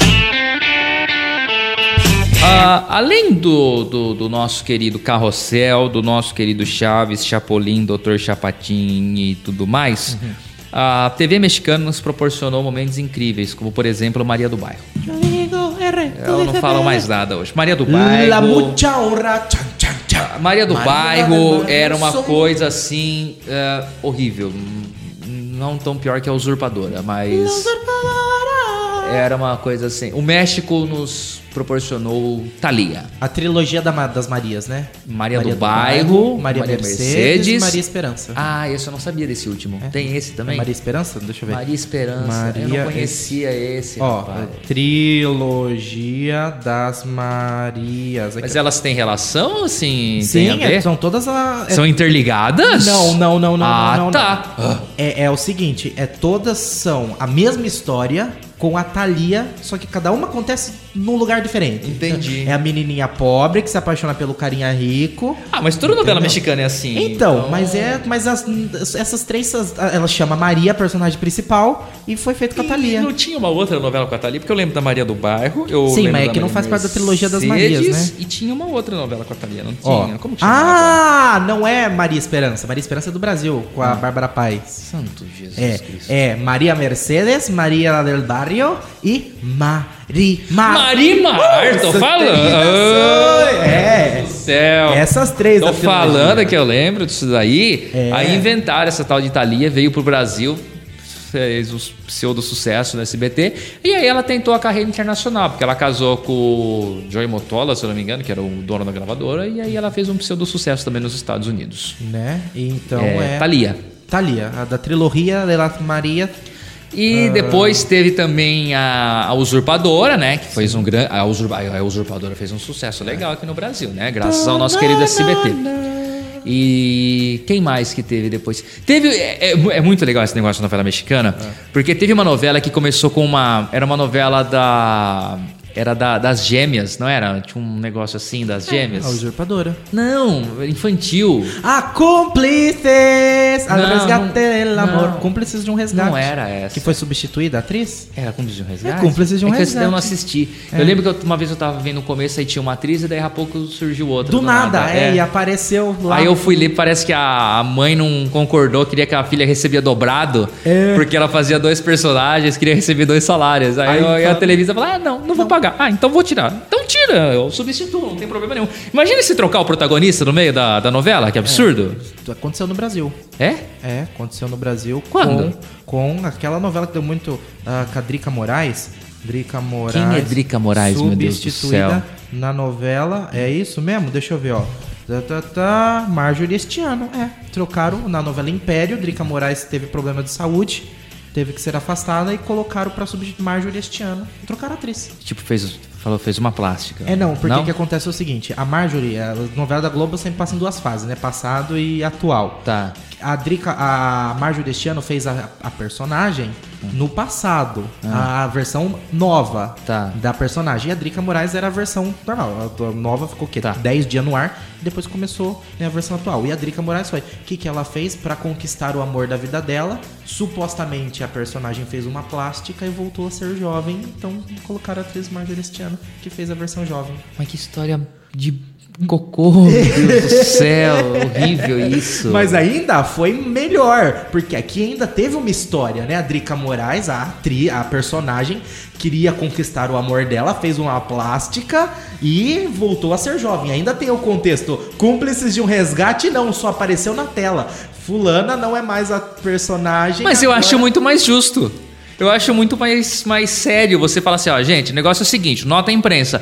Speaker 3: Ah, além do, do, do nosso querido Carrossel, do nosso querido Chaves, Chapolin, Doutor Chapatin e tudo mais,
Speaker 2: Uhum.
Speaker 3: a TV mexicana nos proporcionou momentos incríveis, como por exemplo Maria do Bairro. Ela não fala mais nada hoje. Maria do Bairro.
Speaker 2: é. La mucha honra. Tchan, tchan, tchan.
Speaker 3: A Maria do
Speaker 2: Maria
Speaker 3: Bairro
Speaker 2: do
Speaker 3: era uma
Speaker 2: Bairro.
Speaker 3: coisa assim é, horrível. Não tão pior que a usurpadora, mas era uma coisa assim. O México nos proporcionou Thalia.
Speaker 2: A trilogia da Ma- das Marias, né?
Speaker 3: Maria do Bairro,
Speaker 2: Maria,
Speaker 3: Maria
Speaker 2: Mercedes,
Speaker 3: Mercedes.
Speaker 2: Maria Esperança.
Speaker 3: Ah, esse eu não sabia desse último. Tem esse
Speaker 2: Uhum. É
Speaker 3: também?
Speaker 2: Maria Esperança? Deixa eu ver.
Speaker 3: Maria Esperança. eu
Speaker 2: Maria
Speaker 3: não conhecia esse,
Speaker 2: Ó,
Speaker 3: rapaz.
Speaker 2: trilogia das Marias. Aqui,
Speaker 3: Mas
Speaker 2: ó.
Speaker 3: elas têm relação, assim? tem a
Speaker 2: Sim,
Speaker 3: ver?
Speaker 2: é, são todas a... é-
Speaker 3: São interligadas?
Speaker 2: Não, não, não, não,
Speaker 3: ah,
Speaker 2: não, não,
Speaker 3: tá.
Speaker 2: não. É, é o seguinte, é todas são a mesma história com a Thalia, só que cada uma acontece num lugar diferente.
Speaker 3: Entendi.
Speaker 2: É a menininha pobre que se apaixona pelo carinha rico.
Speaker 3: Ah, mas toda novela
Speaker 2: Entendeu?
Speaker 3: mexicana é assim.
Speaker 2: Então, mas é, mas as- essas três, as- ela chama Maria, a personagem principal, e foi feito com a Thalia.
Speaker 3: Não tinha uma outra novela com a Thalia, porque eu lembro da Maria do Bairro. Eu
Speaker 2: Sim,
Speaker 3: lembro
Speaker 2: mas é
Speaker 3: da
Speaker 2: que não
Speaker 3: Maria
Speaker 2: faz parte da trilogia das Marias,
Speaker 3: Mercedes,
Speaker 2: né?
Speaker 3: E tinha uma outra novela com a Thalia, não
Speaker 2: Ó.
Speaker 3: tinha? Como que chamava?
Speaker 2: ah, não é Maria Esperança. Maria Esperança é do Brasil, com a Bárbara Paz.
Speaker 3: Santo Hum. Jesus
Speaker 2: É,
Speaker 3: Cristo.
Speaker 2: é Maria Mercedes, Maria del Barrio e Marimar.
Speaker 3: Marimar, tô
Speaker 2: Essas
Speaker 3: falando.
Speaker 2: três nações. É,
Speaker 3: Meu céu.
Speaker 2: essas três.
Speaker 3: Tô
Speaker 2: da trilogia.
Speaker 3: falando é que eu lembro disso daí.
Speaker 2: É.
Speaker 3: Aí inventaram essa tal de Thalia, veio pro Brasil, fez um pseudo-sucesso no SBT. E aí ela tentou a carreira internacional, porque ela casou com o Joey Motola, se eu não me engano, que era o dono da gravadora. E aí ela fez um pseudo-sucesso também nos Estados Unidos.
Speaker 2: Né? Então
Speaker 3: é,
Speaker 2: é...
Speaker 3: Thalia.
Speaker 2: Thalia, a da trilogia de las Maria.
Speaker 3: E depois teve também a, a Usurpadora, né? Que fez um grande. A, usurpa- a Usurpadora fez um sucesso legal aqui no Brasil, né? Graças ao nosso querido SBT. E quem mais que teve depois? Teve. É, é mu- é muito legal esse negócio de novela mexicana, porque teve uma novela que começou com uma. Era uma novela da. Era da- das gêmeas, não era? Tinha um negócio assim das
Speaker 2: A
Speaker 3: gêmeas.
Speaker 2: usurpadora.
Speaker 3: Não, infantil.
Speaker 2: A cúmplices! Al
Speaker 3: Não,
Speaker 2: resgate del
Speaker 3: não.
Speaker 2: amor. Cúmplices de um resgate.
Speaker 3: Não era essa.
Speaker 2: Que foi substituída a atriz?
Speaker 3: Era cúmplice de um resgate?
Speaker 2: É cúmplice de um
Speaker 3: que esse
Speaker 2: resgate. É.
Speaker 3: daí Eu não assisti. Eu lembro que eu- uma vez eu tava vendo o começo, aí tinha uma atriz, e daí a pouco surgiu outra.
Speaker 2: Do, nada, é, e apareceu lá.
Speaker 3: Aí eu fui ler, parece que a a mãe não concordou, queria que a filha recebia dobrado,
Speaker 2: É.
Speaker 3: porque ela fazia dois personagens, queria receber dois salários. Aí,
Speaker 2: Aí
Speaker 3: eu- aí a
Speaker 2: tá.
Speaker 3: televisão falou: ah, não, não vou pagar. Ah, então vou tirar. Então tira, eu substituo, não tem problema nenhum. Imagina se trocar o protagonista no meio da, da novela,
Speaker 2: É.
Speaker 3: que absurdo.
Speaker 2: Aconteceu no Brasil.
Speaker 3: É?
Speaker 2: É, aconteceu no Brasil.
Speaker 3: Quando?
Speaker 2: Com, com aquela novela que deu muito. ah, com a Drica Moraes. Drica Moraes.
Speaker 3: é Drica Moraes, meu Deus do
Speaker 2: substituída
Speaker 3: céu?
Speaker 2: Na novela. É isso mesmo? Deixa eu ver, ó. Tá, tá, tá, Marjorie este ano. É. Trocaram na novela Império. Drica Moraes teve problema de saúde. Teve que ser afastada e colocaram pra substituir Marjorie este ano. E trocaram a atriz.
Speaker 3: Tipo, fez, falou, fez uma plástica.
Speaker 2: É não, porque o que acontece é o seguinte, a Marjorie, a novela da Globo sempre passa em duas fases, né? Passado e atual.
Speaker 3: Tá.
Speaker 2: A Drica, a Marjorie deste ano fez a, a personagem no passado, a versão nova
Speaker 3: Ah. Tá.
Speaker 2: da personagem. E a Drica Moraes era a versão normal. A do- nova ficou o quê?
Speaker 3: Tá.
Speaker 2: 10 dias no ar. depois começou né, a versão atual. E a Drica Moraes foi. O que, que ela fez pra conquistar o amor da vida dela? Supostamente a personagem fez uma plástica e voltou a ser jovem. Então colocaram a atriz Marjorie este ano, que fez a versão jovem.
Speaker 3: Mas que história de cocô, meu Deus do céu, horrível isso.
Speaker 2: Mas ainda foi melhor, porque aqui ainda teve uma história, né? A Drica Moraes, a atriz, a personagem, queria conquistar o amor dela, fez uma plástica e voltou a ser jovem. Ainda tem o contexto. Cúmplices de um resgate, não, só apareceu na tela. Fulana não é mais a personagem.
Speaker 3: Mas eu
Speaker 2: agora-
Speaker 3: acho muito mais justo. Eu acho muito mais, mais sério você falar assim, ó, gente, o negócio é o seguinte, nota a imprensa,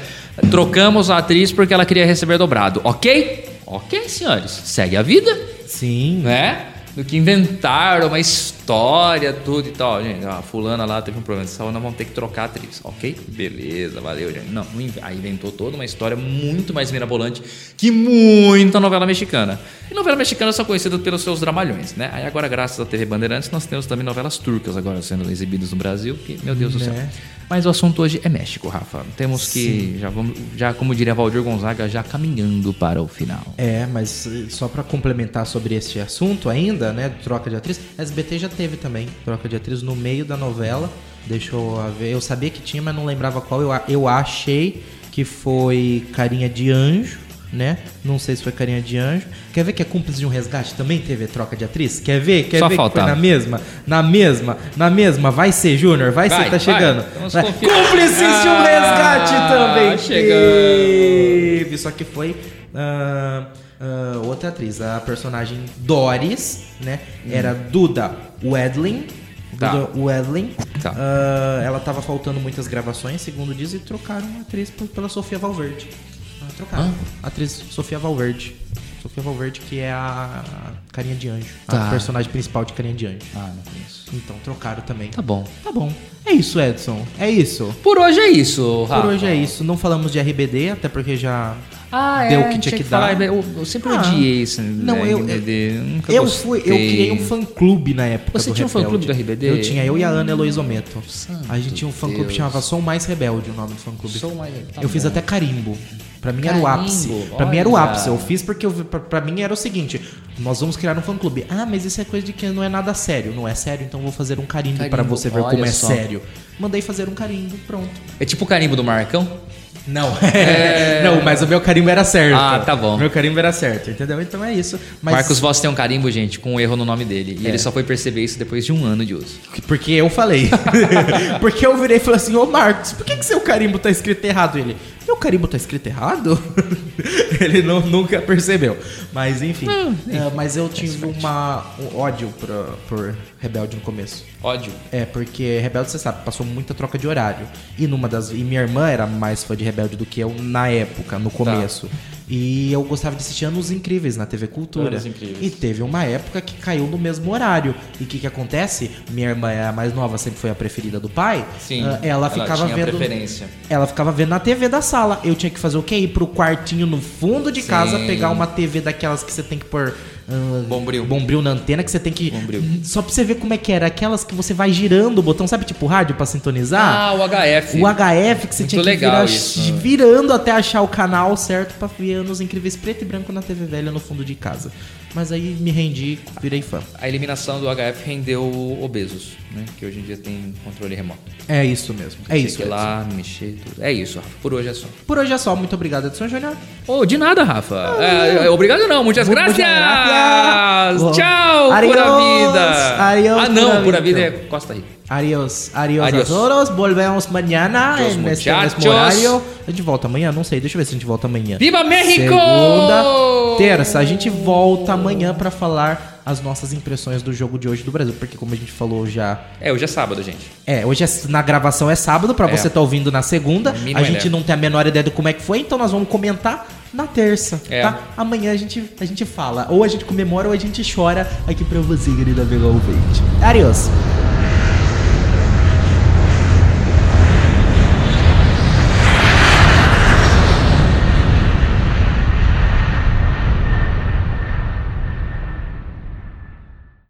Speaker 3: trocamos a atriz porque ela queria receber dobrado, ok? Ok, senhores, segue a vida.
Speaker 2: Sim,
Speaker 3: né? Do que inventaram uma história, tudo e tal. Gente, ó, a fulana lá teve um problema de saúde, nós vamos ter que trocar a atriz, ok? Beleza, valeu, gente. Não, não inv- aí inventou toda uma história muito mais mirabolante que muita novela mexicana. E novela mexicana é só conhecida pelos seus dramalhões, né? Aí agora, graças à TV Bandeirantes, nós temos também novelas turcas agora sendo exibidas no Brasil, que, meu Deus do
Speaker 2: Né?
Speaker 3: céu. Mas o assunto hoje é México, Rafa. Temos que, já vamos, já como diria Valdir Gonzaga, já caminhando para o final.
Speaker 2: É, mas eh, só pra complementar sobre este assunto ainda, né, troca de atriz, SBT já teve também troca de atriz no meio da novela. Deixa eu a ver, eu sabia que tinha, mas não lembrava qual. Eu, a- eu achei que foi Carinha de Anjo, né? Não sei se foi Carinha de Anjo. Quer ver que é cúmplice de um resgate? Também teve troca de atriz? Quer ver? Quer
Speaker 3: Só
Speaker 2: ver
Speaker 3: faltava.
Speaker 2: que foi na mesma? Na mesma? Na mesma? Vai ser, Júnior? Vai,
Speaker 3: Vai,
Speaker 2: ser, tá
Speaker 3: vai.
Speaker 2: chegando.
Speaker 3: Estamos
Speaker 2: Vai.
Speaker 3: confiantes.
Speaker 2: Cúmplices de um resgate
Speaker 3: Ah,
Speaker 2: também.
Speaker 3: chegando.
Speaker 2: Teve, só que foi ah, ah, outra atriz. A personagem Doris, né? Era Duda Wedling.
Speaker 3: Hum. Tá.
Speaker 2: Duda Wedling.
Speaker 3: Tá.
Speaker 2: Ah, ela tava faltando muitas gravações, segundo diz, e trocaram a atriz por- pela Sofia Valverde. Ah, trocaram. A atriz Sofia Valverde. Sofia Valverde, que é a Carinha de Anjo.
Speaker 3: Tá.
Speaker 2: A personagem principal de Carinha de Anjo.
Speaker 3: Ah, não conheço.
Speaker 2: Então trocaram também.
Speaker 3: Tá bom.
Speaker 2: Tá bom. É isso, Edson. É isso.
Speaker 3: Por hoje é isso,
Speaker 2: Por
Speaker 3: Rafa.
Speaker 2: hoje é isso. Não falamos de RBD, até porque já
Speaker 3: Ah,
Speaker 2: deu
Speaker 3: é,
Speaker 2: o que tinha que, dar.
Speaker 3: falar. Eu, eu sempre
Speaker 2: Ah.
Speaker 3: odiei esse
Speaker 2: Não,
Speaker 3: né,
Speaker 2: eu-
Speaker 3: RBD. nunca
Speaker 2: Eu
Speaker 3: gostei.
Speaker 2: fui, eu criei um fã clube na época.
Speaker 3: Você
Speaker 2: do
Speaker 3: tinha um
Speaker 2: Rebelde.
Speaker 3: fã-clube do RBD?
Speaker 2: Eu tinha, eu e a Ana Heloisometo.
Speaker 3: Santo
Speaker 2: A gente tinha um fã clube que
Speaker 3: Deus.
Speaker 2: chamava Sou Mais Rebelde, o nome do fã clube.
Speaker 3: Sou Mais Rebelde, tá
Speaker 2: eu fiz
Speaker 3: bom.
Speaker 2: até carimbo. Pra mim era o
Speaker 3: Carimbo,
Speaker 2: ápice. Pra mim era o
Speaker 3: olha.
Speaker 2: ápice. Eu fiz porque eu, pra, pra mim era o seguinte: nós vamos criar um fã clube. Ah, mas isso é coisa de que não é nada sério. Não é sério, então vou fazer um carimbo,
Speaker 3: Carimbo,
Speaker 2: pra você ver
Speaker 3: olha
Speaker 2: como é
Speaker 3: só.
Speaker 2: sério. Mandei fazer um carimbo, pronto.
Speaker 3: É tipo o carimbo do Marcão?
Speaker 2: Não, não, mas o meu carimbo era certo.
Speaker 3: É. Ah, tá bom.
Speaker 2: Meu carimbo era certo, entendeu? Então é isso. Mas É.
Speaker 3: Marcos Voss tem um carimbo, gente, com um erro no nome dele. E ele só foi perceber isso depois de um ano de uso.
Speaker 2: Porque eu falei. Porque eu virei e falei assim, ô Marcos, por que, que seu carimbo tá escrito errado? Ele, meu carimbo tá escrito errado? Ele não- nunca percebeu. Mas enfim. É, mas eu tive uma, um ódio pra, por Rebelde no começo.
Speaker 3: Ódio.
Speaker 2: É, porque Rebelde, você sabe, passou muita troca de horário. E numa das. E minha irmã era mais fã de Rebelde do que eu na época,
Speaker 3: Tá.
Speaker 2: no começo. E eu gostava de assistir Anos Incríveis na TV Cultura.
Speaker 3: Anos Incríveis.
Speaker 2: E teve uma época que caiu no mesmo horário. E o que, que acontece? Minha irmã é a mais nova, sempre foi a preferida do pai.
Speaker 3: Sim.
Speaker 2: Ah, Ela ficava
Speaker 3: tinha
Speaker 2: vendo.
Speaker 3: preferência.
Speaker 2: Ela ficava vendo na TV da sala. Eu tinha que fazer o quê? Ir pro quartinho no fundo de casa, pegar uma TV daquelas que você tem que pôr. ah,
Speaker 3: Bombril.
Speaker 2: Bombril na antena, que você tem que.
Speaker 3: Bombril.
Speaker 2: Só pra você ver como é que era. Aquelas que você vai girando o botão, sabe, tipo rádio pra sintonizar?
Speaker 3: Ah, o HF.
Speaker 2: O HF que você
Speaker 3: Muito
Speaker 2: tinha que
Speaker 3: legal
Speaker 2: virar
Speaker 3: isso.
Speaker 2: virando até achar o canal certo pra ver anos incríveis preto e branco na TV velha no fundo de casa. Mas aí me rendi, virei fã.
Speaker 3: A eliminação do HF rendeu obesos, né? Que hoje em dia tem controle remoto.
Speaker 2: É isso mesmo. É
Speaker 3: Tem
Speaker 2: isso.
Speaker 3: que ir
Speaker 2: Edson.
Speaker 3: lá, mexer, tudo. É isso, Rafa. Por hoje é só.
Speaker 2: Por hoje é só. Muito obrigado, Edson Júnior.
Speaker 3: Oh, de nada, Rafa. É, é, obrigado não, muitas
Speaker 2: Mu-
Speaker 3: graças.
Speaker 2: muchas gracias.
Speaker 3: Tchau,
Speaker 2: Adiós.
Speaker 3: pura vida.
Speaker 2: Adiós,
Speaker 3: ah, não,
Speaker 2: pura
Speaker 3: pura
Speaker 2: vida.
Speaker 3: vida é Costa Rica.
Speaker 2: Adiós, adiós,
Speaker 3: Adiós.
Speaker 2: a todos. Volvemos mañana
Speaker 3: Adiós,
Speaker 2: en este
Speaker 3: muchachos.
Speaker 2: mismo horário. A gente volta amanhã, não sei, deixa eu ver se a gente volta amanhã.
Speaker 3: Viva México!
Speaker 2: Segunda, terça, a gente volta amanhã pra falar as nossas impressões do jogo de hoje do Brasil, porque como a gente falou já,
Speaker 3: É, hoje é sábado, gente.
Speaker 2: é, hoje é- na gravação é sábado, pra
Speaker 3: É.
Speaker 2: você tá ouvindo na segunda.
Speaker 3: Mínima
Speaker 2: A gente
Speaker 3: ideia.
Speaker 2: não tem a menor ideia de como é que foi, então nós vamos comentar na terça,
Speaker 3: É.
Speaker 2: tá? Amanhã a gente a gente fala, ou a gente comemora ou a gente chora aqui pra você, querida Vega ouvinte. Adiós.